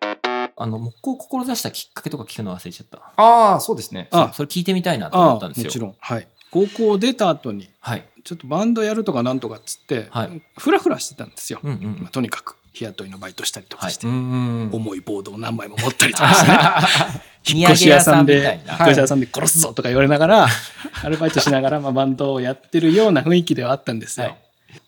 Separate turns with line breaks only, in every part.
あの木工を志したきっかけとか聞くの忘れちゃった。
ああ、そうですね。
あ
あ
それ聞いてみたいなと
あ
思っ
あ
たん
も
ですよ。
ちろんはい高校出た後に
はい。
ちょっとバンドやるとかなんとかっつって、
はい
フラフラしてたんですよ、
うんうん
まあ、。とにかく日雇いのバイトしたりとかして、
うーん。
重いボードを何枚も持ったりとかしてね引っ越し屋さ ん
土産屋さん
で
みたいな
引っ越し屋さんで殺すぞとか言われなが らアルバイトしながらまあバンドをやってるような雰囲気ではあったんですよ。
はい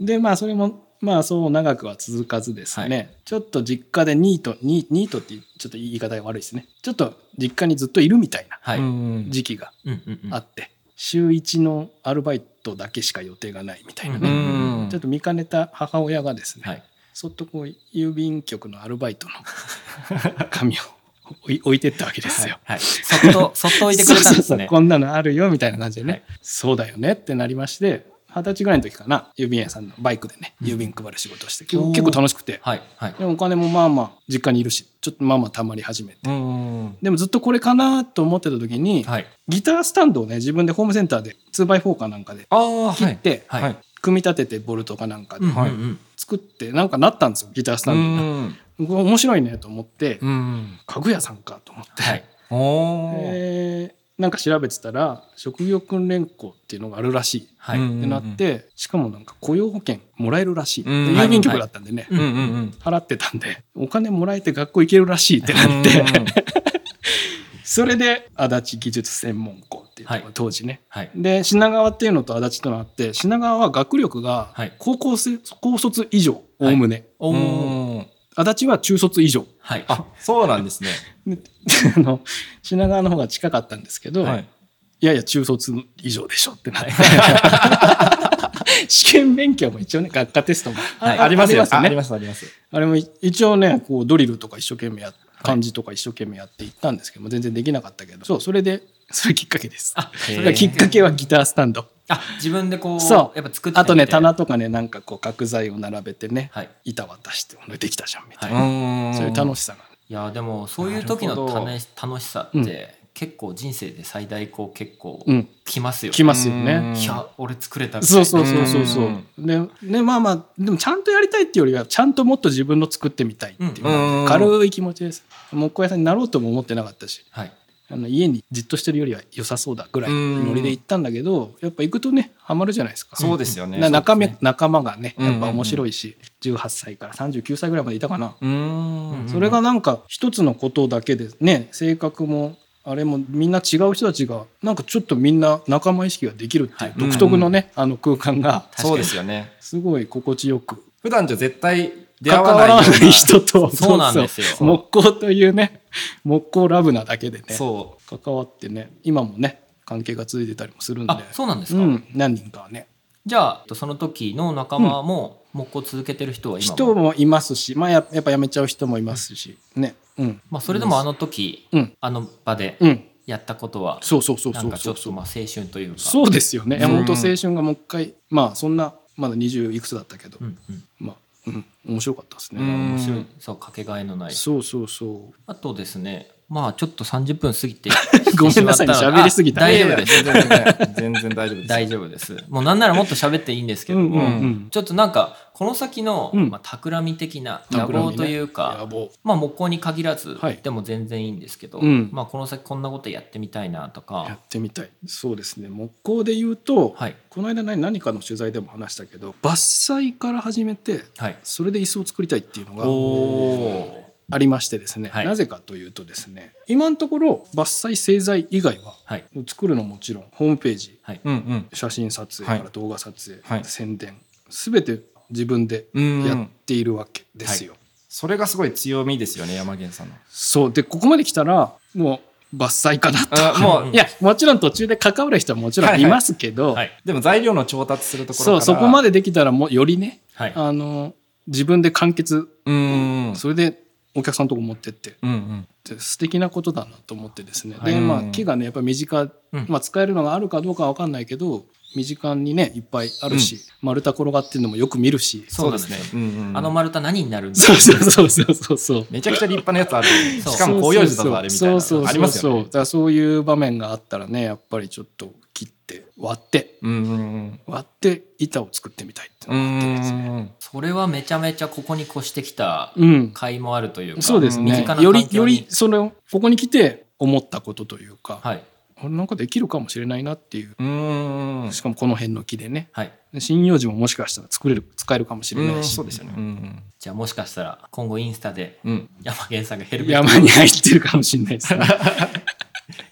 でまあそれもまあそう長くは続かずですね、ちょっと実家でニートニニートってちょっと言い方が悪いですねちょっと実家にずっといるみたいな
はい。
う
うん
ん
時期が
うんうん。
あって、週1のアルバイトだけしか予定がないみたいな
う
ね、
ん
ちょっと見かねた母親がですね、
はい。
そっとこう郵便局のアルバイトの 紙を置い置いてったわけですよ。
はい。そっ と、そっと置いてくれたんです
そうそうそう
ね。
こんなのあるよみたいな感じでね、
はい
そうだよねってなりまして二十歳ぐらいの時かな郵便屋さんのバイクでね
うん
郵便配る仕事をして、
おー
結構楽しくて、
はい。はい。
でもお金もまあまあ実家にいるしちょっとまあまあたまり始めて
うん。
でもずっとこれかなと思ってた時に、
はい。
ギタースタンドをね自分でホームセンターで 2x4 かなんかで
ああ、は
切
い
っ。て、
はい。
はい。
組み立ててボルトかなんかで
うんうん
は
う
い
ん。
作ってなんかなったんですよギタースタ
う
ンドが。
ん。
これ面白いねと思って、
うん。
家具屋さんかと思って、
はい。
おお。
えーなんか調べてたら職業訓練校っていうのがあるらしい
はい。
う
うんん
ってなって、しかもなんか雇用保険もらえるらしい、
うん
で郵便局だったんでね、
うんうんうん。
払ってたんでお金もらえて学校行けるらしいってなって、それで足立技術専門校っていうの
は
が
い
当時ね、
はい。
で品川っていうのと足立っていうのがあって品川は学力が
はい
高校生、高卒以上おおむね、
お
う
ー。
んうん。
足立は中卒以上
はい。
あ、そうなんですね。
であの品川の方が近かったんですけど、
はいい。、
やいや中卒以上でしょって なって試験勉強も一応ね学科テストもあ,、
はい
ありますよねあ
あります、あります。
れも一応ねこうドリルとか一生懸命やっ漢字とか一生懸命やっていったんですけども全然できなかったけどそうそれでそれきっかけです
あ、
だ
そ
から
れ
きっかけはギタースタンド
あ、自分でこう、
そう
やっぱ作ってみて
あとね。棚とかねなんかこう角材を並べてね、
はい。
板渡してほらできたじゃんみたいな、
ん
そういう楽しさが
いやーでもそういう時の
なる
楽し楽しさって結構人生で最大こう結構
うん
きますよ
き
ね。
ますよね、
うん。
いや俺作れたみたい
そう
な
そうそうそうそううんで、ね、まあまあ、でもちゃんとやりたいっていうよりは、ちゃんともっと自分の作ってみたいっていうう、軽い気持ちです。木工屋さんになろうとも思ってなかったし、
はい。
あの家にじっとしてるよりは良さそうだぐらい
うん
ノリで行ったんだけど、やっぱ行くとね、ハマるじゃないですか。
そうですよね。
な仲
そう
間
ですね。
仲間がね、
うんうんう
や
ん
っぱ面白いし、18歳から39歳ぐらいまでいたかな。
うーん。
それがなんか一つのことだけでね、性格も、あれもみんな違う人たちがなんかちょっとみんな仲間意識ができるっていう独特のね、あの空間が
確かに
そうですよね。
すごい心地よく
普段じゃ絶対出会
関
わ
わ
ないよ
ら
う
ない人と
そうなんですよ
そう木工というね木工ラブなだけでね
そ
関わってね今もね関係が続いてたりもするんで
あ、そうなんです
う
か。
ん、何人かはね
じゃあその時の仲間も木工続けてる人は今も。
人もいますし、まあ、ややっぱ辞めちゃう人もいますしねうん
まあそれでもあの時
うん
あの場で
うん
やったことは
そうそうそう
な
そ
ん
う
かち
そ
ょ
う
っと
そう
まあ青春というか。
そうですよね、いや
うん
本当青春がもう一回まあそんなまだ20いくつだったけど、
うんうん。
まあ、うん、面白かったですね、
うん
面白い。そうかけがえのない。
そうそうそう
あとですね。まあちょっと30分過ぎて
ごめんなさいね
してしまったので
喋りすぎた
あ
う。
大丈夫です。
いやいや全然全然全然大丈夫です。
大丈夫です。もうなんならもっと喋っていいんですけども、
うんうん
ちょっとなんかこの先の、
うん
まあ、企み的な野
企み
望
ね
というか、
野望
まあ、木工に限らず
はい
でも全然いいんですけど、
うん
まあ、この先こんなことやってみたいなと
や
か、
ってみたいそうですね木工で言うと、
はい
この間何何かの取材でも話したけど伐採から始めて
はい、
それで椅子を作りたいっていう
お
のが
お
ありましてですね、
はい
なぜかというとですね今のところ伐採製材以外は
はい
作るのもちろんホームページ
はい、
うん
写真撮影から
はい
動画撮影、
はい
宣伝全て自分で
うん。う
やっ
ん。
ているわけですよ。
それがすごい強みですよね、山源さんの。
そうでここまで来たらもう伐採かなと。
あもう
い、やもちろん途中で関わる人はもちろんいますけど、
はい
でも材料の調達するところか
そう
ら。
そこま
で。
でできたらもうよりね
はい
あの自分で完結
うん。
それでお客さんのとこ持ってって
うんうん。
で素敵なことだなと思ってですね、
は
で
い
まあ木がねやっぱり身近、
うん
まあ、使えるのがあるかどうかは分かんないけど身近にねいっぱいあるし、丸太転がってるのもよく見るし
そうなんですね
うんうんうん
あの丸太何になるんだ
そうそうそうそうそうそう
めちゃくちゃ立派なやつある。
そう
しかも広葉樹だとあれみたいな
そうそうそう
の。あります
そう
よ
そうだからそういう場面があったらねやっぱりちょっと切っって割って
うんうん
割って板を作ってみたいって
うんうん
それはめちゃめちゃここに越してきた
うん、
甲斐もあるというか、
そうです
身
ね
近な環境に
よりよりそのここに来て思ったことというか、
はい
これなんかできるかもしれないなっていう
うんうん
しかもこの辺の木でね
はい。
針葉樹ももしかしたら作れる使えるかもしれな
う
い
ん
し、
そうですよねうん
じゃあもしかしたら今後インスタで
うん
山源さんがヘルメット
山に入ってるかもしれないです ね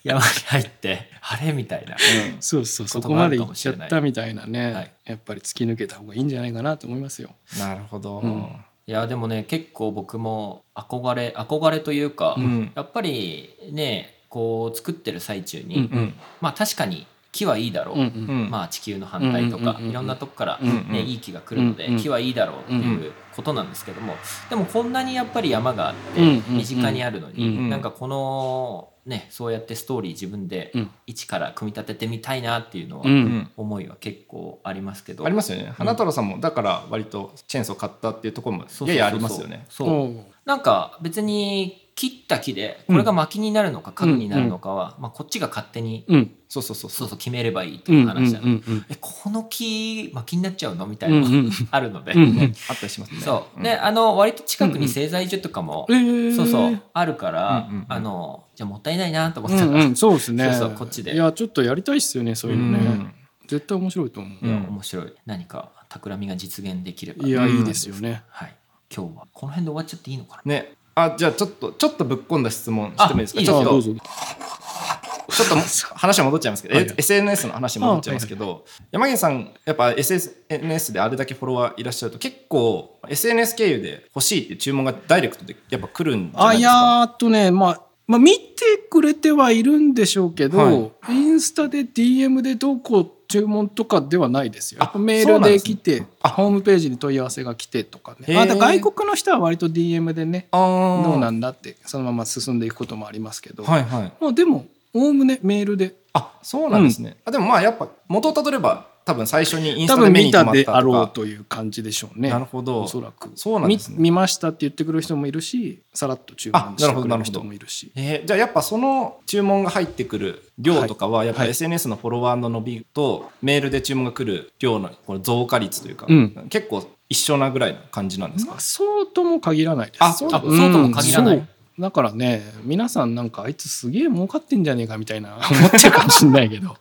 山に入ってあれみたいな。
そうそうそ
こと
こ
もあ
まで
るか
行っ
もし
ちゃ
れない
ったみたいなね、
はい
やっぱり突き抜けた方がいいんじゃないかなと思いますよ。
なるほど
うん
いやでもね結構僕も憧れ憧れというか、
うん
やっぱりねこう作ってる最中に、
うん
うん
まあ確かに木はいいだろう、
うんう
うんん
まあ地球の反対とか、
うんうんうんうん
いろんなとこから、
う
ね
ん
うん
いい木が来るので、
うんうん
木はいいだろうっていううことなんですけども、でもこんなにやっぱり山があって
うんうんうん
身近にあるのに、
うん
うん
なんかこのねそうやってストーリー自分で
うん
一から組み立ててみたいなっていうのは、
うん
うん
思いは結構ありますけど
ありますよね花太郎さんもだから割とチェーンソー買ったっていうところも
そうそうそうそう
ややありますよね
そうなんか別に切った木でこれが薪になるのか家具になるのかは、まあ、こっちが勝手に
うんうん
そうそうそう
そ
そう
うそう決めればいいと
う
いうん
う
話
ん
なの、
うん
えこの木薪になっちゃうのみた
う
いなのが
ん
あるので、
うんうん
あったりしますね
そう
ね
であの割と近く
うんう
に
ん
製材所とかも、
え ー
そうそうあるから、
うんうんうん
あのじゃあもったいないなと思っ
う
てたら、
んうん、そうですね。
そうそうこっちで
いや、ちょっとやりたいっすよね、そういうのね。
ん
絶対面白いと思う。
いや
うん
面白い何か企みが実現できれば
いや、
うん
いいですよね。
はい、今日はこの辺で終わっちゃっていいのかな
ねあじゃあちょっとちょっとぶっ込んだ質問してもいいですか
あいい
ち
ですよ
ょっ
あ
と
どうぞ。
ちょっとも話は戻っちゃいますけど、
はいはい
SNS の話戻っちゃいますけど、山岸さんやっぱ SNS であれだけフォロワーいらっしゃると結構 SNS 経由で欲しいっていう注文がダイレクトでやっぱ来るんじゃな
あ、
い
い
ですか
やーっとね、まあ、まあ、見てくれてはいるんでしょうけど、
は
インスタで DM でどうこう注文とかではないですよ。
あ
やっぱメ
そう
ール
なんで
です
ね
来て、
あ
ホームページに問い合わせが来てとか
へ
ね。
ー
あと外国の人は割と DM でね、
あー
どうなんだって、そのまま進んでいくこともありますけど、
はいはい
まあでも、おおむねメールで
あそうなんですね、あでもまあやっぱ元をたどれば多分最初にインス
多
タで
分
目
見
に留
た
まった
で
と
あろう
か
という感じでしょうね。
なるほど
おそらく
そうなんですね
み見ましたって言ってくる人もいるしさらっと注文してくれる人もいるし
えーじゃあやっぱその注文が入ってくる量とかはやっぱ
はい
SNS のフォロワーの伸びとメールで注文が来る量のこの増加率というか、
うん
結構一緒なぐらいの感じなんですか、
まあそうとも限らないです
あそうなんだ
そうとも限らない
そうだからね皆さんなんかあいつすげえ儲かってんじゃねえかみたいな思ってるかもしんないけ ど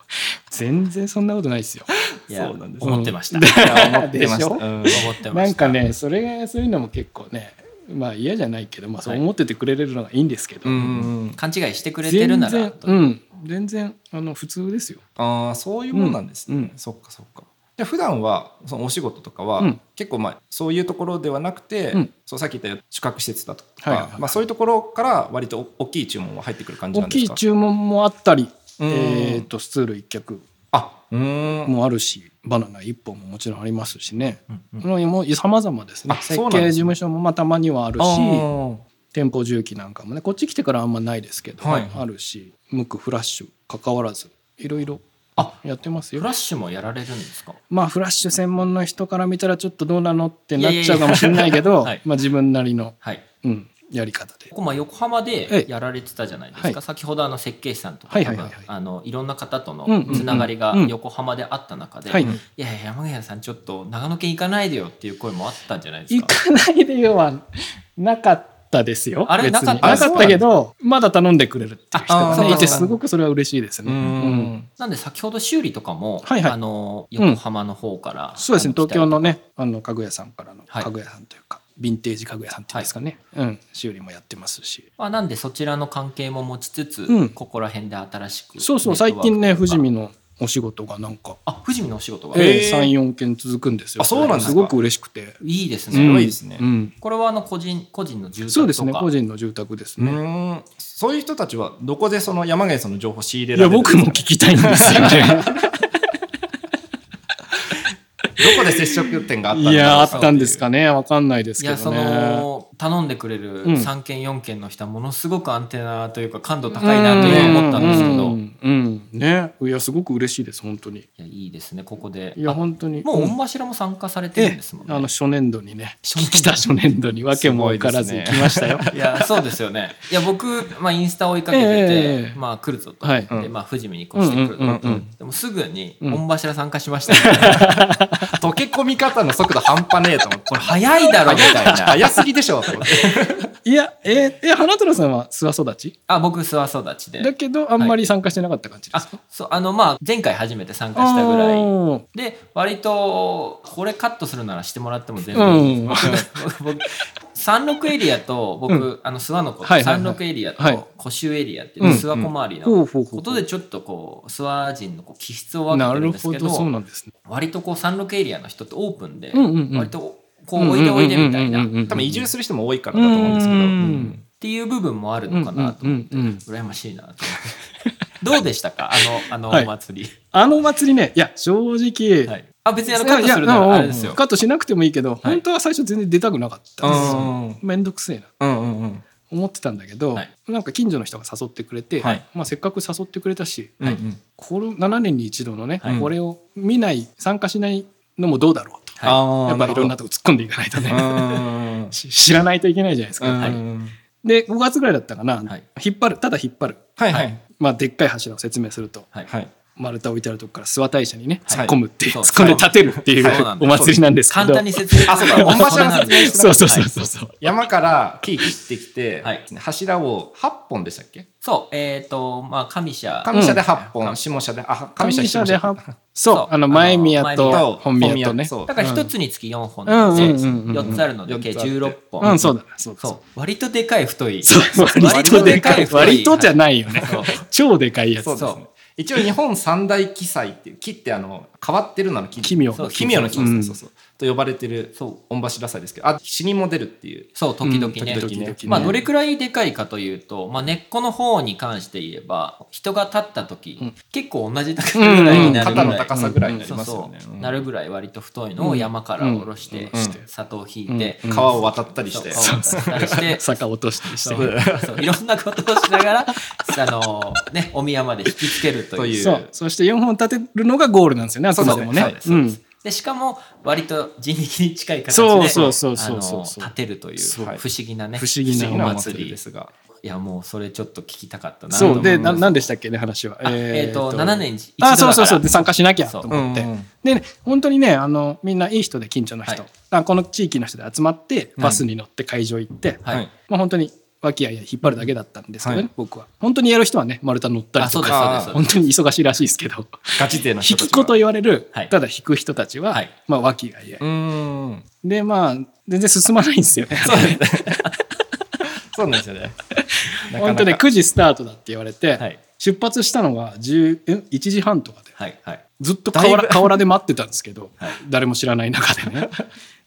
全然そんなことないですよ。
いや
そうなんです
思ってました、
うん
いや思ってました。
でしょ
うん
思ってま
なん
した
かねそれがそういうのも結構ねまあ嫌じゃないけど、まあ、そう思っててくれるのがいいんですけど、
うん、
勘違いしてくれてる
全
なら
然、うん、全然あの普通ですよ。
ああそういうもんなんですね、
うんうん
そっかそっかじゃあ普段はそのお仕事とかは、
うん
結構まあそういうところではなくて、
うん
そうさっき言ったような宿泊施設だと
は
か、
いはいはい
まあ、そういうところから割と大きい注文は入ってくる感じな
大
んで
き
す
い
か
注文もあったり、
うん
えー、とスツール一脚
あうーん
もあるしバナナ1本ももちろんありますしね、
うんうん
もうもう様々ですね
あそう
設
なんですね
計事務所もまあたまにはあるし
あ
店舗重機なんかもねこっち来てからあんまないですけど、
はい
あるし無垢フラッシュ関わらずいろいろ
あ
やってます
フ
よ
ラッシュもやられるんですか
まあフラッシュ専門の人から見たらちょっとどうなのってなっちゃうかもしれないけど
いやいやいやはい
まあ自分なりの、
はい
うん、やり方で
ここまあ横浜でやられてたじゃないですか、
ええはい
先ほどあの設計士さんとか、
はい
多
はい
分
はいはい
あのいろんな方との
うんうんうん
つながりが横浜であった中で、
はい
い、やいや山源さんちょっと長野県行かないでよっていう声もあったんじゃないです
行
か
かないでよはなかったですよ。
あれ
別に
なかった
なかったけど、まだ頼んでくれるっていう人
あ
が
そう
ね
か
いて、
そう
す
か
ごくそれは嬉しいです
う
ね。うん
ん
なんで先ほど修理とかも、
はいはい
あの横浜の方から、
そうですね、
あの
東京のね、あの家具屋さんからの
はい
家具屋さんというか、ヴィンテージ家具屋さんっていうんですかね、うん、修理もやってますし。
まあ、なんでそちらの関係も持ちつつ、
うん
ここら辺で新しく
そうそう、
ネットワー
最
ク
近ね、
とか
富士見のお仕事がなんか、
あ富士見のお仕事が、
え
え
え
え3、4件続くんですよ。
あそうなんですか
ごく嬉しくて。
いいです
れ
ね、
はいいですね
うん
これはあの個人個人の住宅とか
そうですね、個人の住宅です
う
ね。
ーんそういう人たちはどこでその山源さんの情報仕入れ
い
ら
や、
れるんで
僕
すか
も聞きたいんですよね。
こで接触点があったんだ
いや、あ
ろう
ったんですかね。わかんないです
い
けど
や
ね。
その頼んでくれる
うん
3件4件の人はものすごくアンテナというか感度高いなという思ったんですけ
う
ど
んうんね。いや、すごく嬉しいです、本当に。
いやいいですねここで
いや、
あ
本当に。
もう
うん
御柱も参加されてるん
ええ
ですもん
あの
ね
初年度にね、
初年度
来た初年度にわけも分からず
すごい
行
です
き
ね
ましたよ。
いやそうですよねいや僕まあインスタ追いかけてて
ええ
まあ来るぞと
はい
でまあ富士見に越してくる
うんうん
ぞ
う
と
んうん
でもすぐに
う
御
ん
柱参加しま したね
溶け込み方の速度半端ねえと思って
これ早いだろみたい な
早すぎでしょと思って
いや、え、え、花虎さんは諏訪育ち
あ僕諏訪育ちで
だけど、あんまり参加してなかった感じで
あ
すか、
そうあのまあ前回初めて参加したぐら
あ
い
ー
で割とこれカットするならしてもらっても全
う
然いい
ん
です、僕僕三陸エリアと僕、
う
あの諏訪の子、
はいはいはい
三陸エリアと
はい
古州エリアっていう諏訪小回りの
うほうほ
ことでちょっとこう諏訪人のこう気質を分
な
けてる
る
んです
ほ
け
ど、
ど
そうなんですね。
割とこう三陸エリアの人ってオープンで、
うんうんうん
割とこうおいでおいでみたいなっ
多分移住
す
する人も多いからだと思うんですけど、
うん
うん
ていう部分もあるのかなと思って、
うんうんうんうん
羨ましいなと思ってどうでしたかあのあ
は
の
い
お祭り、
あのお祭りね、いや、正直、
はいあ別にあのカットする
いや
ない
や
らあれですよ
カットしなくてもいいけど、本当は最初全然出たくなかったんですよ
うん
めんどくせえな。
うんうんうん
思ってたんだけど、
はい
なんか近所の人が誘ってくれて、
はい
まあ、せっかく誘ってくれたし、
うんうん
この7年に一度のね、
はい
これを見ない参加しないのもどうだろう
は
と、
い
あー
やっぱりいろんなとこ突っ込んでいかないとね、
うん
し知らないといけないじゃないですか、
うん
はい
で5月ぐらいだったかな、
はい
引っ張るただ引っ張る、
はいはい
まあ、でっかい柱を説明すると
はい
はい
丸太置いてあるとこから諏訪大社にね
はい
突っ込むっていう、
そう
突っ込んで立てるっていう
そうなんです
お祭りなんですけ
簡
ど
単に説明
あそ うだ御柱の
なん
説明
です
し
そうそうそうそうそう、
山から木切ってきて、
はい
柱を8本でしたっけ
そう、えっ、と、まあ、神社。
上社で8本、
うん
下社であ
神社
下
で
社
はそう
そう
あ
あの
の前宮
前
と
と
本宮とね
そう
だから一つにつき4本
うん
な
うん
で、
んうんうん
4つあるので、
四つ
計
あって
16本。
うんそうだそうだ
そう。割とでかい太い。
そう割とでかい割とじゃないよね
そう
超でかいやつ
そうですね一応日本三大奇祭っていう木ってあの変わってるなの木
奇妙
そう
奇妙の
う
木そ
ん
うそうそうと呼ばれてる
そう
御柱祭ですけどあ死にも出るっていう
そう、時々ね。
うん時々ね
まあ、どれくらいでかいかというと、まあ、根っこの方に関して言えば、人が立った時、
うん
結構同じ高さぐらいになるぐら
肩
い。
の高さぐらいになり
そう
ます
そ
よ
う
ね、
なるぐらい割と太いのを山から下ろして、
うんうん
砂糖を引いて、
う
うん川を渡ったりして
そうそうしたりして
坂落としたりし
そ
て
うそういろんなことをしながら あの、ね、お宮まで引きつけると
と
いう
いう
そうそして4本立てるのがゴールなんですよねあくまでもね
そうですそ
う
うで
ん
すでしかも割と人力に近い形で
そうそうそうそうそ
あ
う
の立てるという不
そう
思議なね
不思議な
不
お
思議なお
祭
祭
り
りですが
いやもうそれちょっと聞きたかったな
そうでな
な
何でしたっけね話は
えっと7年に一度だから
あそうそうそうで参加しなきゃと思って
そううんうん
でね本当にねあのみんないい人で近所の人
はい
あこの地域の人で集まってバスに乗って会場行って
はい、
はい
まあ本当に和気あいあい引っ張るだけだったんですけど
は
ね
い
僕は本当にやる人はね丸太乗ったり
あそ
と
うですそう
か
ですそう
本
です
当に忙しいらしいですけど
ガチ勢の人
引
たち
き子と
う
言われる
はい
ただ引く人たちは
はい
まあ和気あいあい
ーん
でまあ全然進まないんですよね
そうなんですよ ねなかなか
本当ね9時スタートだって言われて、
はい
出発したのが10え1時半とかで
はいはい
ずっと河
だい
原
ぶ
河原で待ってたんですけど、
はい
誰も知らない中でね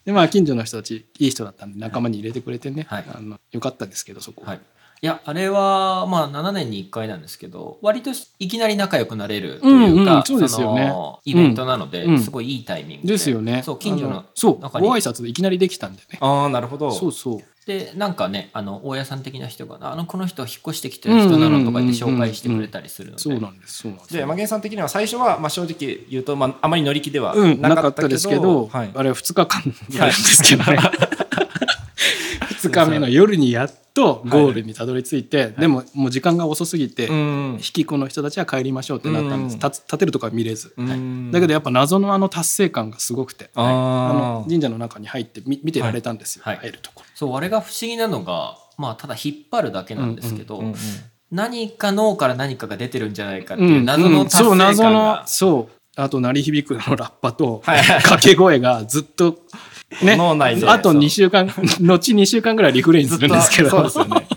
でまあ近所の人たちいい人だったんで仲間に入れてくれてね、
はい
あのよかったですけどそこ、
はいいやあれはまあ7年に1回なんですけど割といきなり仲良くなれるというか、
うんうんそうですよね
のイベントなので、
うん
すごいいいタイミングで
ですよね
そう近所
あ
の
そうご
中に
挨拶でいきなりできたんでね
ああなるほど
そうそう
でなんかねあの大家さん的な人が「あのこの人引っ越してきてる人なの」とか言って紹介してくれたりするので、
そうなんですそうなんです
じゃあ山源さん的には最初は、まあ、正直言うと、まあ、あまり乗り気では
うん、な
な
か
か
っ
ったた
ですけど、
はい
あれは2日間なんですけどね、2日目の夜にやっとゴールにたどり着いて、でももう時間が遅すぎて、
うん
引き子の人たちは帰りましょうってなったんです、
うん
た立てるとか見れず、
うん
だけどやっぱ謎のあの達成感がすごくて、あ
あ
の神社の中に入ってみ見てられたんですよ、
はい
入るとこ
そうあれが不思議なのがまあただ引っ張るだけなんですけど、
ーうんうん
何か脳から何かが出てるんじゃないかって
ろ、
いう謎の達成感が、
そう謎のそうあと鳴り響くのラッパと
はいはい
掛け声がずっとね
脳内で
あと
そう
2週 間後2週間ぐらいリフレインするんですけど
そうですよね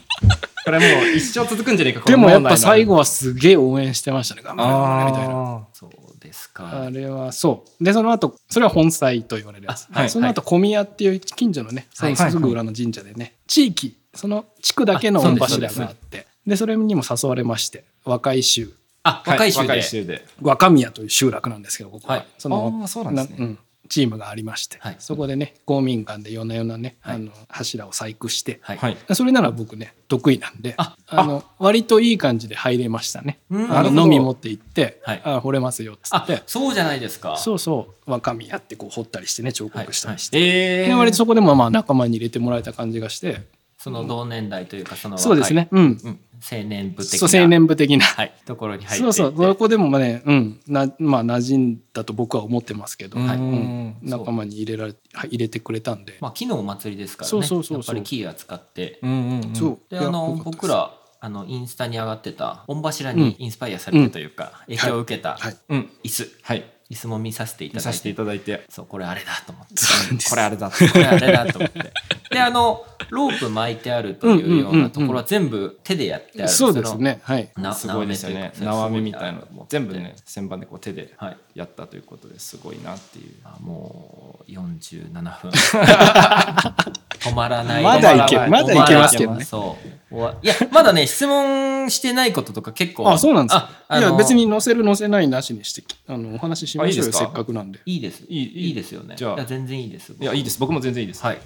これもう一生続くんじゃねえかこ
で
の
もやっ
脳内の
ぱ最後はすげえ応援してましたね頑張れ頑張れみたいな
あ
そうです
あ
か
れはそうでその後それは本祭と言われるやつ、
あはい
その後小宮っていう近所のね、
はい
そのすぐ裏の神社でね、地域その地区だけの
あそ
御
うです
柱があってでそれにも誘われまして若い衆
あ
ーは
若い
い
衆で、
若い衆で
若宮という集落なんですけどここは、
はい
そ
あーそうなんですね
うんチームがありまして、
はい
そこでね公民館で夜な夜なね、
はい
あの柱を細工して、
はい
はい。
それなら僕ね得意なんであ
あ
の割といい感じで入れましたね。
うん
あ
なるほ
の
ど
飲み持って行って、
はい
あ惚れますよっつっ
あ
て
そうじゃないですか
そうそう若宮ってこう掘ったりしてね彫刻したりして、
え
で割とそこでもまあ仲間に入れてもらえた感じがして、
その同年代というかその若い
そうですね、うん
うん、青年部的
そう
な
青年部的な、
はい、ところに入ってい
そう
て
そうそこでもまあねうんなまあ馴染んだと僕は思ってますけど、
は。
はいい
うん
う
仲間に入れられはい入れてくれたんで、
まあ、木のお祭りですからね
そうそうそうそう
やっぱり木が使って
んうんうん。
そう
で
いや
あの
よかったです
僕らあのインスタに上がってた御柱
うん
にインスパイアされてというか、影響を受けた
はい
うん。
椅子、
はい。
椅子も見させていただいて
させていただいて。
そうこれあれだと思って
そうなんです
これあれだ。
これあれだと思 ってであのロープ巻いてあるというようなところは全部手でやってある
そうですねはい
そのな
すごいですよね。縄
縄
目
目
み
み
た
た
い
い
な
な
全部ね旋盤でこう手で
はい
やったということですごいなっていう。
あもう47分 止まらない
まだいけまだいけますけどね
そうおわいやまだね質問してないこととか結構
あそうなんですか
あ
いや
の
別に載せる載せないなしにしてあのお話ししましょう
あいい
よ
ですか
せっかくなんで
いいですい
いい
い
いい
ですよね
じゃあ
いや全然いいです
いやいいですす僕も全然いいです。
はい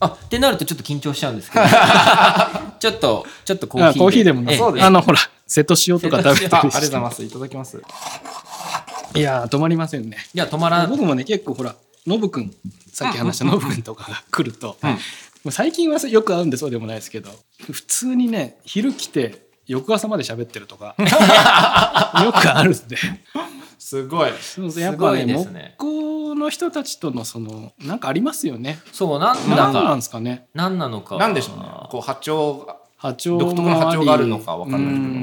あってなるとちょっと緊張しちゃうん ですけどちょっとちょっとコー
あ
ヒーで
コーヒーでも
ええ
ねあのほら瀬戸塩とか食べ
あ
たり
ありがとうご
して
ざい ます。いただきます。
いやー止まりませんね
いや止まらん
僕もね結構ほらノブくんさっき話したノブくんとかが来ると、
うん
もう最近はよく会うんでそうでもないですけど普通にね昼来て翌朝まで喋ってると かよくあるんで。
すごい。
そうそうやっぱね
すごいですね
木工の人たちとのそのなんかありますよね。
そうなん
な
だ
んな
か
んですかね。
何なのか
なんでしょうね。こう波長が
波長も
独特の波長があるのかわかんないけど
け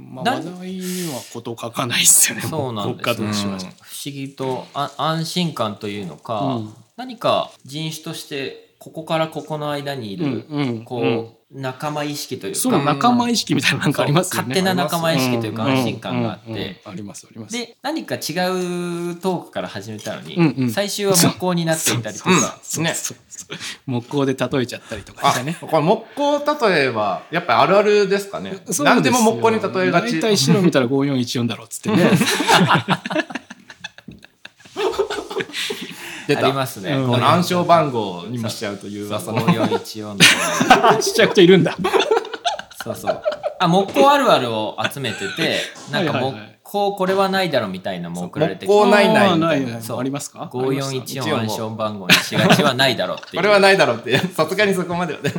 ど。まあ
だ
話題にはこと書かないですよね。
そうなんです
国家同士は
うん
不思議とあ安心感というのか、
うん
何か人種としてここからここの間にいる、
うんうん
こう、仲間意識というか
そう仲間意識みたいなのなんかありますよ
勝
ね。
手な仲間意識というか
んん
安心感があって、
うんうんありますあります。
で何か違うトークから始めたのに、
うんうん
最終は木工になっていたりと
そう
か
そうそうそう木工で例えちゃったりとかし
あ
てね。
これ木工例えばやっぱりあるあるですかね。
そうなん
何
す
で
よ
も木工に例えがち
大。体白見たら5414だろうっつってね。
出
あり
た。
ますね。
うん
こう
あ
いう
の暗証番号にもしちゃうという
そう
噂
そう
の。
5414の
ちっちゃくているんだ。
そうそう。あ、木工あるあるを集めてて、なんか
はいはい
木
はい
工これはないだろみたいなのも送られてき
木工
て、
ないない
あーない
みたい
な
ない
そう
ありますか
五四
あります
一
か
四暗証番号にしがちはないだろってい
こ
う。
れはないだろうって。さすがにそこまではね。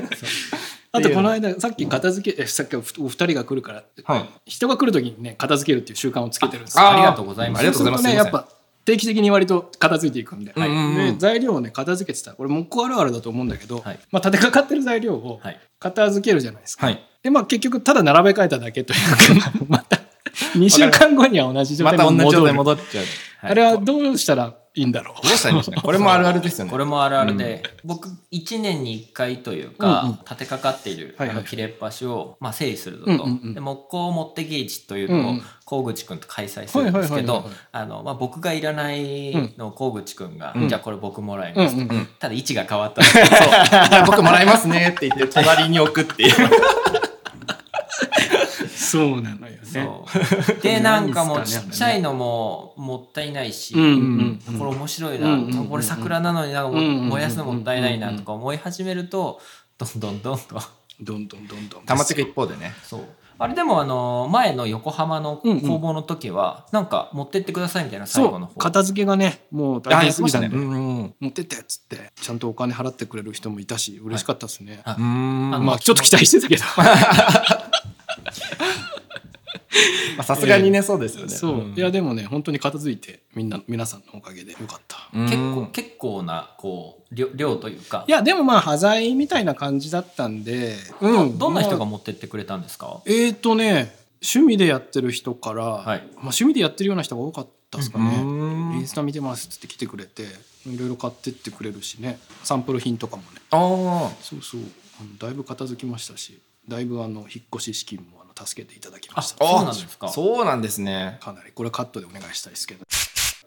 あとこの間さっき片付けえさっきお二人が来るから
はい。
人が来る時にね片付けるっていう習慣をつけてるんですよ
ありがとうございます
ありがとうございます。
そうするとねやっ
すいま
ぱ定期的に割と片付いていくんで,、
うんうんう
で
ん
材料をね片付けてたらこれ木工あるあるだと思うんだけど、
はい
まあ、立てかかってる材料を
はい
片付けるじゃないですか、
はい
でまあ結局ただ並べ替えただけというかまた2週間後には同じ
せ
状
んま
態
た同
に
じ
戻
状態
る、
に戻っちゃう。
はい
あれはどうしたらいいんだろう
どうしたらいいんでしょうね。これもあるあるですよね。
これもあるあるで、僕1年に1回という
うんうん
か立てかかっている
は
あ
いはい
の切れっ端をまあ整理するぞ
うんう
と
んうん
で木工持ってゲージという
うんう
のを
ん
河口くんと開催するんですけ
はいはいはい
ど
はいはい
あのまあ僕がいらないのを河口くんが
うん
じゃあこれ僕もらい
うん
ま
う
すと
ん
ただ位置が変わったので
じゃあ僕もらいますねって言って隣に置くっていう。
そうなのよね
そうでなんかも
な
うん
す
ち
かね
っちゃいのももったいないし、
うんうん
これ面白い
うん
な、
うんうん
これ桜なのになんかも
うんうんうん
燃やすのもったいないなとか思い始めるとどんどんどんどん
どんどんどんどん
溜まってく一方でね。
そうあれでもあの前の横浜の
うんうん
工房の時はなんか持ってってくださいみたいな最
そ
後の
う
方
片付けがねもう大変すぎたんで、
あやってましたねうんうん
持ってってっつってちゃんとお金払ってくれる人もいたし嬉しかったですね、
は
うーん
あの
まあちょっと期待してたけど
まあさすがにね、そうですよね。
そう、
ん
いやでもね本当に片付いてみんな皆さんのおかげでよかった
うん
結構結構なこう量量というか
いやでもまあ端材みたいな感じだったんで、
どんな人が
まあ
持ってってくれたんですか、
えっ、とね趣味でやってる人から、
い
まあ、趣味でやってるような人が多かったですかね、
うん
インスタ見てますっつって来てくれていろいろ買ってってくれるしねサンプル品とかもね
あ
そうそうあのだいぶ片付きましたしだいぶあの引っ越し資金もあの助けていただきまし
あ。
た
そうなんですか
あそうなんですね。
かなりこれカットでお願いしたいですけど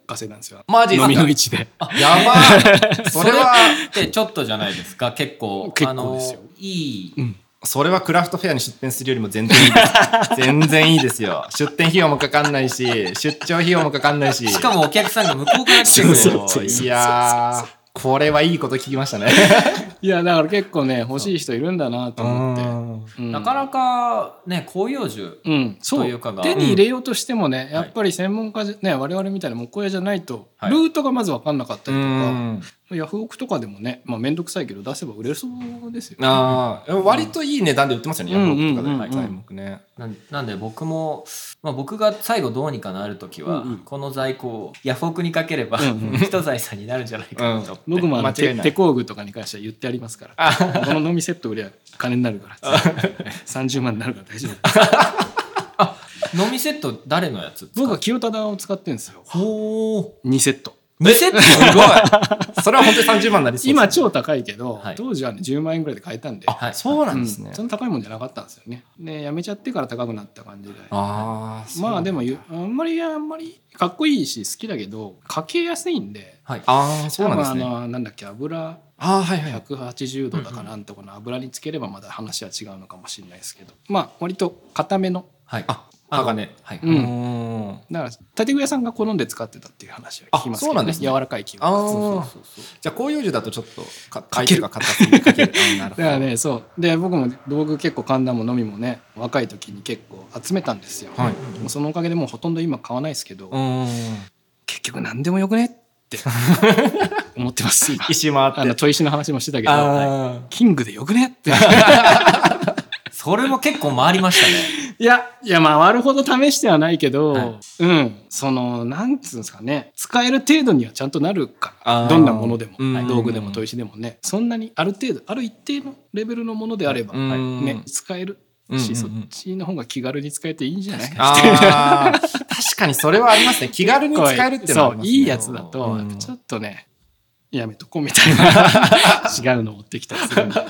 稼いなんですよ
マジです
飲
か
みの位置で
やばい それは、
でちょっとじゃないですか結構
結構
あの
ですよ
いい、
うん
それはクラフトフェアに出店するよりも全然いいです 全然いいですよ出店費用もかかんないし出張費用もかかんないし
しかもお客さんが向こうから来てく
そ
れ
う
る
そうそう
いやーこれはいいこと聞きました ね
いやだから結構ね欲しい人いるんだなと思っ
う
て、うん
なかなかね広葉樹
うん、そう
というかが
手に入れようとしてもね、
ん
やっぱり専門家じゃね我々みたいな木工屋じゃないと、
はい
ルートがまず分かんなかったりとか、
ん
ヤフオクとかでもねまあ、めんどくさいけど出せば売れそうですよ、
あー割といい値段で売ってますよね、
う
ヤ
ん
フオクとか
う
で
んうんうん
材木ね。
なんなんで僕も、まあ、僕が最後どうにかなる時は、
うんうん
この在庫をヤフオクにかければ、
うんうん
人財産になるんじゃないかなと思って、
僕もあの
間違い
手
ない
手工具とかに関しては言ってありますからこの飲みセット売りゃ金になるから30万になるから大丈夫
飲みセット誰のやつ
僕は清忠を使ってるんですよ
ほー
2セット
2セット
すごいそれは本当に30万になりそうです
今超高いけど、
はい
当時はね10万円ぐらいで買えたんで
はい
そうな
うんん
ですね。
そんな高いもんじゃなかったんですよねでやめちゃってから高くなった感じで
ああ、
まあで
も。
もゆあんまりあんまりかっこいいし好きだけどかけやすいんで
はい
ああ、そうなんです
多分
ね。
あのなんだっけ油
ああ、はいはいはい。
180度だかなんとかの油につければまだ話は違うのかもしれないですけどまあ割と硬めの
はい
あ、鋼。
はい、
うん
ん。
だから建具屋さんが好んで使ってたっていう話は聞きますけど、ね、
あそうなんですね
柔らかい木
あ
が
あ、
そうそう
じゃあ紅葉樹だとちょっとか回転が硬すぎる。かけるあな
だ
るほ
か
ど
らねそうで僕も道具結構神田も飲みもね若い時に結構集めたんですよ、
はい
もうそのおかげでもうほとんど今買わないですけど、
うん。
結局何でもよくねって 思ってます今
石回って。
あの砥石の話もしてたけど、
あ
キングでよくね って。
それも結構回りましたね
いや、いや、回るほど試してはないけど、
はい
うん、その、なんつうんですかね、使える程度にはちゃんとなるか
あ
ら、
ー
どんなものでも、
うん
はい道具でも砥石でもね、そんなにある程度、ある一定のレベルのものであれば、
うん
はいね、使える
うんうんう
し、
ん
そっちの方が気軽に使えていいんじゃない
あ。ああ、確かにそれはありますね。気軽に使えるっていうのはありま
そう
す、ね。
いいやつだと、
うん
やっぱちょっとね、やめとこうみたい な違うの持ってきたりするんで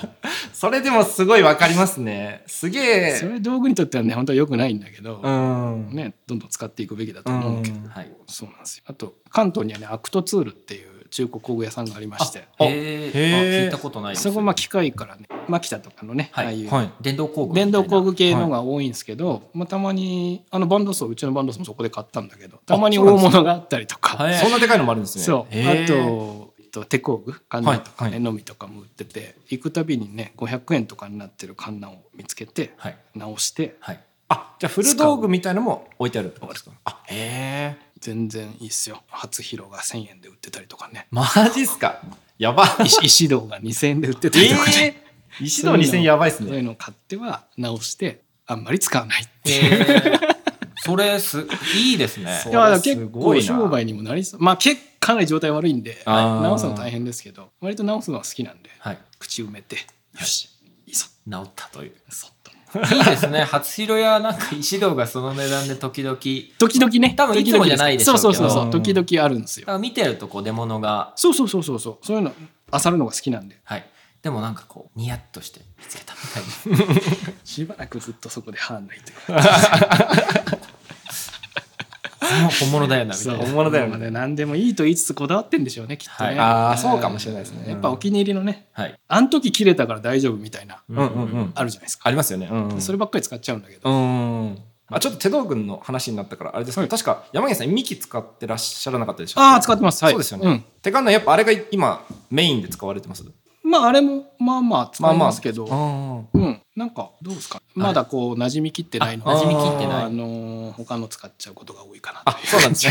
それでもすごいわかりますね。すげ
そ
え。
れ道具にとってはね本当は良くないんだけど、
うん。
ね、どんどん使っていくべきだと思うけど、
うん
はい
そうなんですよあと関東にはねアクトツールっていう中古工具屋さんがありまして
あ
へ
へ
え聞
ー
いたことないです
そこまあ機械からねマキタとかのね、
はい
ああいう、
はい。
電動工具みたい
電
な
動工具系のが多いんですけど、まあ、たまにあのバンドソーうちのバンドソーもそこで買ったんだけどたまに
そうなん
大
ですね
物があったりとか、
はい
そんなでかいのもあるんですね。
そう
へ
あ
ー、
とえっと手工具カンナとかね、
はい
のみとかも売ってて行くたびにね500円とかになってるカンナを見つけて
はい
直して
はい
あ、じゃあフル道具みたいのも置いてあるってことですかあ、へえ。
全然いいっすよ初披露が1,000円で売ってたりとかね
マジっすかやば。
石石銅が2,000円で売ってた
え
りとかね、
えー。 石堂2000やばいっす
そうい
ね。
うのを買っては直してあんまり使わないっていう。
へーそれすいいですね
そう
いやだから
す
結
ごい
構
な
商売にもなりそうまあ結構かなり状態悪いんで
あー
直すの大変ですけど割と直すのは好きなんで
はい
口埋めてよしいいぞ
治ったという
そっと
いいですね 初広やなんか石堂がその値段で時々
時々ね
多分いつもじゃないでしょうけ
そ
ど
うそうそうそう
うん
時々あるんですよ
あ見てるとこう出物が
そうそうそうそうそうそういうの漁るのが好きなんで
はいでもなんかこうニヤッとして見つけたみたいな
しばらくずっとそこで歯抜いて
もう本物だよなみた
そう
いな
本物だよね
もう何でもいいと言いつつこだわってんでしょうねきっと
は
ね
い
あーそうかもしれないですね
うんやっぱお気に入りのね
はい
あの時切れたから大丈夫みたいな
うんうんうん。
あるじゃないですか
ありますよね。うん、うん。
そればっかり使っちゃうんだけど
うん。あちょっと手道具の話になったからあれですけど、
はい
確か山岸さんミキ使ってらっしゃらなかったでしょ
ああ使ってますはい
そうですよね。てかんのやっぱあれが今メインで使われてます
うんまああれもまあまあ使いますけど、
あ
うんなんかどうですかまだこう馴染みきってないので
あ馴染みきってない
あのー他の使っちゃうことが多いかな
あ
という
そうなんです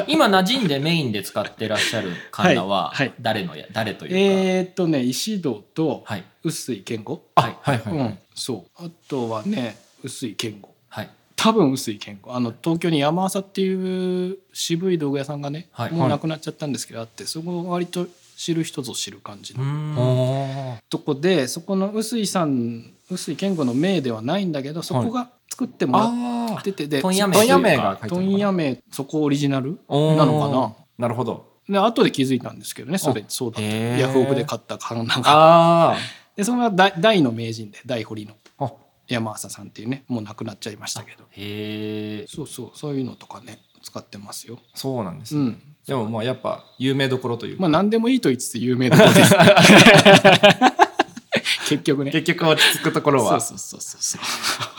ね。
今馴染んでメインで使ってらっしゃるカンナは
はいはい
誰のや、誰というか、
えーっとね石堂と
はい
臼井健吾、
はい
はいはい。
うんそうあとはね臼井健吾
はい
多分臼井健吾あの東京に山浅っていう渋い道具屋さんがね、
はい
もうなくなっちゃったんですけどあってそこ割と知る人ぞ知る感じ
う
の
ん
おー
とこでそこの臼井さん臼井健吾の名ではないんだけどそこが作ってもらっ
あー
出てて
問屋名
問屋名が書いてあるのかな
問屋名そこオリジナル
おー
なのかな
なるほど。
で後で気づいたんですけどねそれそうだった
へー
ヤフオクで買ったカンナが
あ
でそれが大大の名人で大堀の
あ。あ
山浅さんっていうねもう亡くなっちゃいましたけど
へえ
そうそうそういうのとかね使ってますよ
そうなんです、
う
ね
ん
でもまあやっぱ有名どころというか
まあ何でもいいと言いつつ有名なので結局ね。
結局落ち着くところは
そうそうそうそ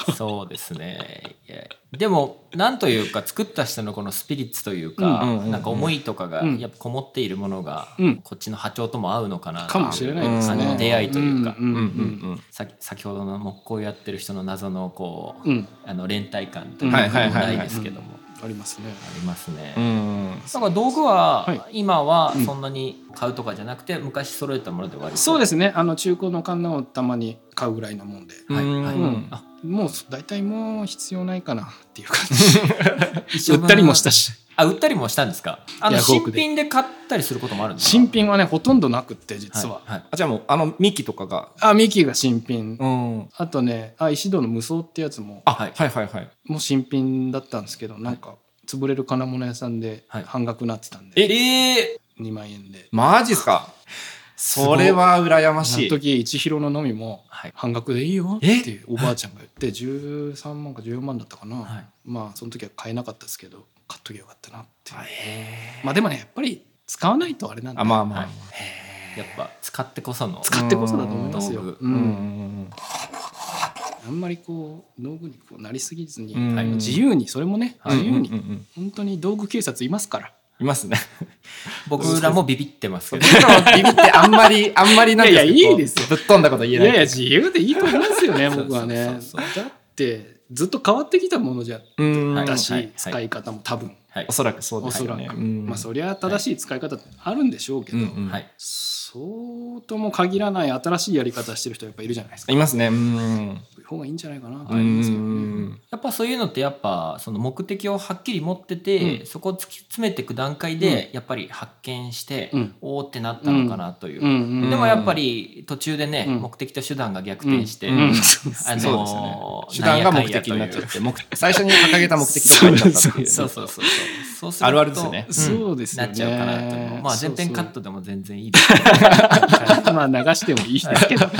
う。
そうですね。いやでも、なんというか、作った人のこのスピリッツというか、
うんうんうんうん
なんか思いとかが、
うん
やっぱこもっているものが、
うん
こっちの波長とも合うのかな
かもしれないです
あ
ね
の。出会いというか、
うんうん
う
うん
うん
ん
うん
さ先ほどの木工やってる人の謎のこう、
うん
あの連帯感という
は
か
いはい
も
はいはい
ないですけども、
ありますね。
ありますね。
うん
だから道具は、
は
今は
うん
そんなに買うとかじゃなくて、昔揃えたもので割と
そうですすね。あの中古のカンナをたまに買うぐらいなもんで。
はいはい
うん
あ
もう大体もう必要ないかなっていう感 じ売ったりもしたし
あ売ったりもしたんですかあの
ヤフオ
新
クで
品で買ったりすることもあるんですか
新品はねほとんどなくって実は、
はいはい
あじゃあもうあの幹とかが
あミキが新品、
うん
あとねあ石堂の無双ってやつも
あは
はいい
はいはい
もう新品だったんですけどなんか潰れる金物屋さんで
はい
半額なってたんで、
え
え
2万円で
マジっすかそれは羨ま
あ
し
の
い
時一広の飲みも
はい
半額でいいよっておばあちゃんが言って13万か14万だったかな、
はい
まあその時は買えなかったですけど買っときゃよかったなっていう
へ
まあでもねやっぱり使わないとあれなんで
あまあまあ、
はいえやっぱ使ってこその
使ってこそだと思いますよ。
う
うん
ん
うん
あんまりこう道具にこうなりすぎずに、
うん
はい自由にそれもね、
はい
自由に、
うんうんうん
本当に道具警察いますから。
いますね
僕らもビビってますけど
僕らもビビってあんまりあんまりなんてうん
いやいや
こう
いいですよ
ぶっ飛んだこと言えない
自由でいいと思いま すよね
そうそうそうそう
だってずっと変わってきたものじゃ
うん
はい
だし、
はい
使い方も多分、
はい
おそらくそうで
お
す
そら
よ
く、
ね
まあそりゃ正しい使い方ってあるんでしょうけど、
うんうん
はい
そうとも限らない新しいやり方してる人やっぱいるじゃないですか。
いますねうん
そういう方がいいんじゃないかなと
う
思いますけど
ん
やっぱそういうのってやっぱその目的をはっきり持ってて、そこを突き詰めていく段階でやっぱり発見して、
うん
おおってなったのかなという、
うんうん
でもやっぱり途中でね、
うん
目的と手段が逆転して、
うんうん
あ
そうですよ
の
ね手段が目的になっちゃって目最初に掲げた目的がなかったっていう
そうそうそうそうそうすると
あるあるですよね
ん
そうですよね
なっちゃうかなと思うまあ
そ
全
うそう
編カットでも全然いいです
まあ流してもいいですけど。
だ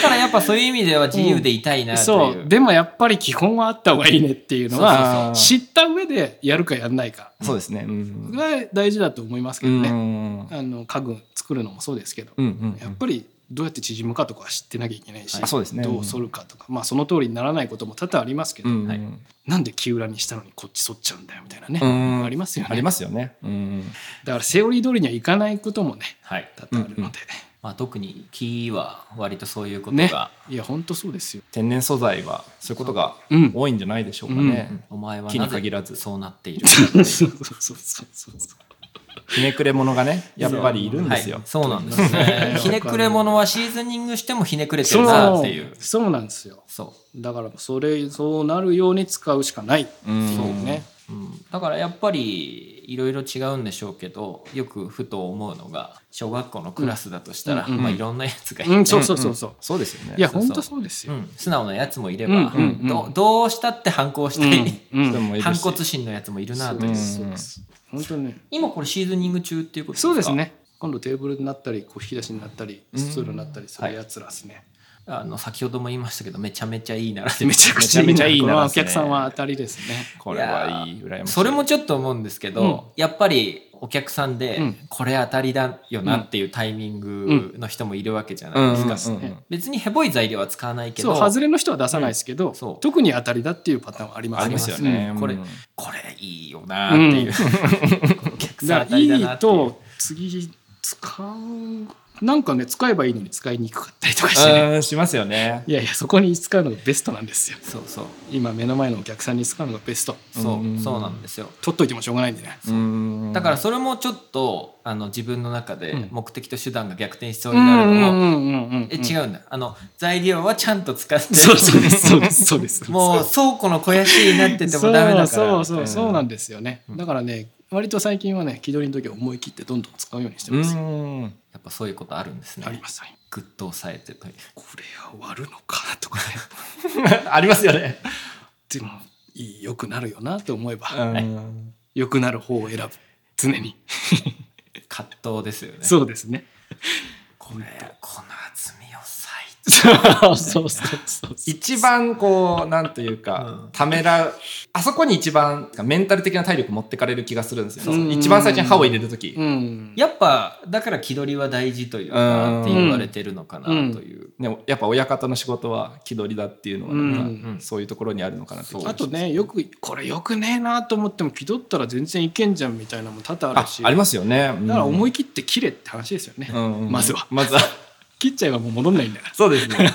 からやっぱそういう意味では自由でいたいなと
そ
いう、
う。でもやっぱり基本はあった方がいいねっていうのは、
そうそう
知った上でやるかやんないか
そうですねうん
が大事だと思いますけ
う
ど
ん
ね。あの家具作るのもそうですけど、
うんうん
やっぱりどうやって縮むかとかは知ってなきゃいけないし、
あそうですね
どう反るかとか、まあその通りにならないことも多々ありますけど、
うん
はい
なんで木裏にしたのにこっち反っちゃうんだよみたいなね、
うん
ありますよね。
ありますよねうん
だからセオリー通りにはいかないこともね、
はい
多々あるので。
まあ、特に木は割とそういうこと
ね
が、、
いや本当そうですよ。
天然素材はそういうことが
うん
多いんじゃないでしょうかね
う
お前は
木
な
に
ぜ
限らず
そうなっている
そうそうそうそうそう。。
ひねくれ者がねやっぱりいるんですよ
はい、そうなんですねひねくれ者はシーズニングしてもひねくれてるなっていう。
そうなんですよ。
そ
だからそれそうなるように使うしかないって
うん
いうね。
う、うん、だからやっぱりいろいろ違うんでしょうけどよくふと思うのが小学校のクラスだとしたら、
うんうん
まあ、いろんなやつがいて、
う
うん
ん、そうそうそうそう。
そうですよね
いや
そう
本当そうですよ。
素直なやつもいれば、
うんうんうん
どどうしたって反抗したい、
うん
人もいる し
反骨心のやつもいるなという、
ん
そうです本当ね。
今これシーズニング中っていうことですか
そうですね。今度テーブルになったり、こう引き出しになったり、スツールになったりするやつらですね。
あの先ほども言いましたけどめちゃめちゃいいなら
めちゃくちゃいい
めちゃめちゃいい
な。これはお
なですね
客さんは当たりですね。
これはいい羨ましい
それもちょっと思うんですけど、
うん
やっぱりお客さんで
うん
これ当たりだよなっていうタイミングの人もいるわけじゃないですか、
うんうんうんうん
別にヘボい材料は使わないけ
そ
ど
う外れの人は出さないですけど、
そう
特に当たりだっていうパターンはあります
ありますよね
うんこれ
うん
これいいよなっていう、お客さん当
だか
た
らい
りだないっていう
と次使うなんかね使えばいいのに使いにくかったりとかしてね
うんしますよね
いやいやそこに使うのがベストなんですよ
そうそう
今目の前のお客さんに使うのがベスト
そう、
うん
そうなんですよ
取っといてもしょうがないんでね
うん
だからそれもちょっとあの自分の中で
うん
目的と手段が逆転しそう
う
になるのも、
んうんうん
え
うん
違うんだあの材料はちゃんと使って
そうそうですそうですそうです
もう倉庫の肥やしになっててもダメだから
そうそうそう
う
そ
ん
うなんですよねだからね割と最近はね気取りの時は思い切ってどんどん使うようにして
う
ます
ん
やっぱそういうことあるんですね
ありますはい
ぐっと抑えてという
これは割るのかとかね
ありますよね
でもいい良くなるよなと思えば
うん
良くなる方を選ぶ常に
葛藤ですよね
そうですね
これこの厚みを割い
そうそうそうそう。
一番こうなんという
う
か
ん
ためらあそこに一番メンタル的な体力持ってかれる気がするんですよ、
うん
一番最初に歯を入れる時、
うん。
やっぱだから気取りは大事という
うん
かって言われてるのかなという、
ね、やっぱ親方の仕事は気取りだっていうのはなんか、
うん
うん
そういうところにあるのかなって気がしま
あ
す
とねよくこれよくねえなと思っても気取ったら全然いけんじゃんみたいなのも多々あ
あ
るし
ありますよね、
だから思
い、
い切って切れって話ですよね、
うんう ん
まずは
まずは
切っちゃえばもう戻んないんだから
そうですね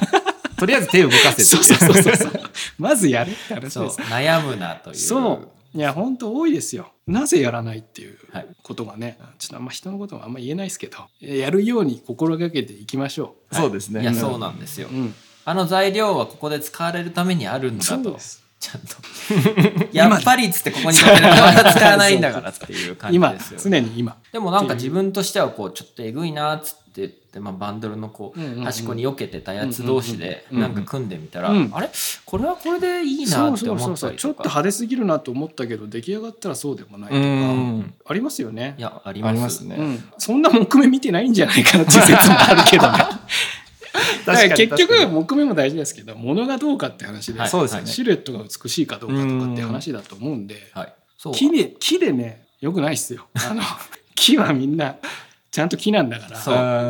とりあえず手を動かせって
そうそうそうそう まずやれって話です
そう
よ
悩むなという
そういや本当多いですよなぜやらないっていう
はい
ことがね、ちょっとあんま人のことはあんま言えないですけどやるように心がけていきましょ
そうですね
いやそうなんですよ
う、うん、
あの材料はここで使われるためにあるんだ
そう
と
です
ちゃんとやっぱりっつってここに止めるまた使わないんだからっていう感じ
今
ですよね
常に今
でもなんか自分としてはこうちょっとえぐいなっつって言って、まあ、バンドルのこ
うんうんう
うん端っこに避けてたやつ同士で
うんうん
なんか組んでみたら、
うん
あれこれはこれでいいなって思ったり
ちょ
と
っと
か
派手すぎるなと思ったけど出来上がったらそうでもないと
う
か、
ん
ありますよね
いやあり
あ
ま
り
す
ますね、
うん、そんな木目見てないんじゃないかなっていう説もあるけ どねだから結局木目も大事ですけど物がどうかって話で、
はい
そうですよね
シルエットが美しいかどうかとかって話だと思うんで
はい、そう
木で木でねよくないっす よあの木はみんなちゃんと木なんだから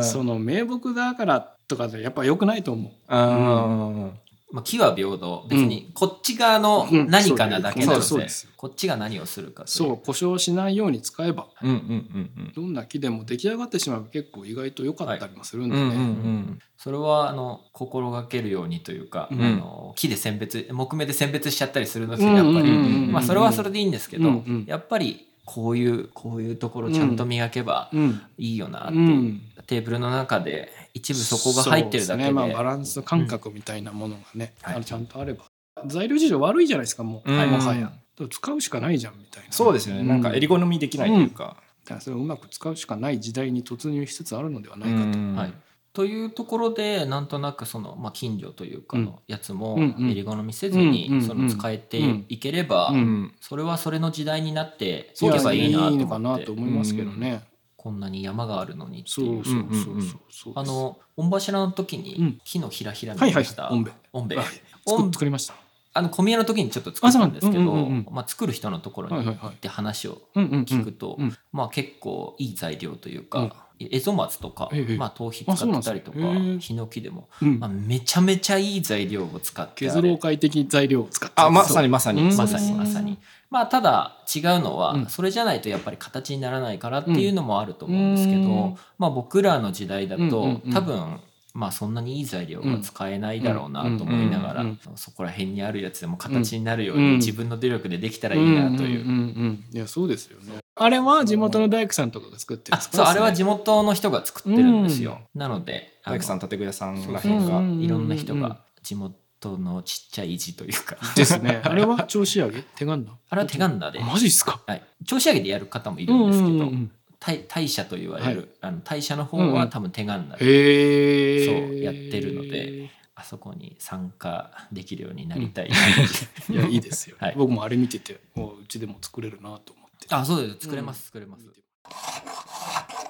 そう
その名木だからとかでやっぱ良くないと思う
うん
まあ、木は平等別にこっち側の
うん
何かなだけなので,、
そうです
こっちが何をするかとい
そう故障しないように使えば
うんうん
どんな木でも出来上がってしまえば結構意外と良かったりもするん
うん
でね、
うんうん
それはあの心がけるようにというか、
うん
あの木で選別木目で選別しちゃったりするのですけどやっぱり、
うんうん
うんうん
まあ、それはそれでいいんですけど、
うんうん
やっぱりこういうこういうところちゃんと磨けば
うん
いいよなって、
うん
テーブルの中で一部底が入ってるだけで
そうすねまあ、バランス感覚みたいなものがね、
うんはい
あのちゃんとあれば材料事情悪いじゃないですかもう、
うん
もはやだから使うしかないじゃんみたいな
そうですよね、なんかえり
ゴ
好みできないというか、
それをうまく使うしかない時代に突入しつつあるのではないかと、
うん
はい、というところでなんとなくその、まあ、近所というかのやつも
うんうん
えり好みせずに、
うんうん
その使えて
うん
いければ、
うん
それはそれの時代になってい
い
け
や
ばいいなと
い
思
の
っ
か
て
なと思いますけどね、
こんなに山があるのにって
そう
いう
そうそうそうそう
あの御柱の時
う
に
ん
木のひらひら見
はいは
ま
い
した、
音べ
おんべい
はい
おん
作作りました
あの小宮の時にちょっと作ったんですけど、
あそうなんだうんうんう
まあ、作る人のところ
は
に
いはい
行
はい
って話を
うんうんうん
聞くと、
うんうん
まあ、結構いい材料という
うん
か、エゾマツとか、
ええ
まあ、頭皮使ってたりとか、
あそうなんですねへえ
ヒノキでも、
うん
まあ、めちゃめちゃいい材料を使って
削ろう会的材料を使って
あまさにまさに、
うん
まさにまさに。まあただ違うのは、
うん
それじゃないとやっぱり形にならないからっていうのもあると思うんですけど、
うん
まあ僕らの時代だと、
うんうんうん
多分まあそんなにいい材料が使えないだろうなと思いながら、
うんうん
そこら辺にあるやつでも形になるように、
うん
自分の努力でできたらいいなという。
んんんうんいやそうですよねあれは地元の大工さんとかが作ってる
あそうあれは地元の人が作ってるんですよ。なのであの
大工さん建具屋さんらへ
そうそ
ん
う
が、
いろんな人
うんうんうん
が地元のちっちゃい意地というか、
ですね。あれは調子上げ手がんだ。
あれは手
ん
紙だで、
マジっすか。
はい、調子上げでやる方もいるんですけど、
うんうんうん
大大社と言われる、
は
あの大社の方
うんう
は
ん
多分手がんなで、
へえ。
そうやってるので。あそこに参加できるようになりたい、
いやいいですよ、
はい
僕もあれ見てて、もううちでも作れるなと思って。
あそうです作れます作れます、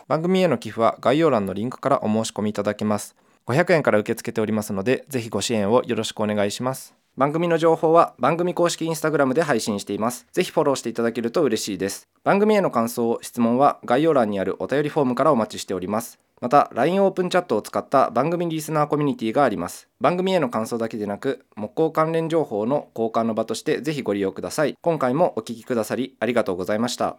番組への寄付は概要欄のリンクからお申し込みいただけます500円から受け付けておりますのでぜひご支援をよろしくお願いします番組の情報は番組公式インスタグラムで配信していますぜひフォローしていただけると嬉しいです番組への感想質問は概要欄にあるお便りフォームからお待ちしておりますまた LINE オープンチャットを使った番組リスナーコミュニティがあります番組への感想だけでなく木工関連情報の交換の場としてぜひご利用ください今回もお聞きくださりありがとうございました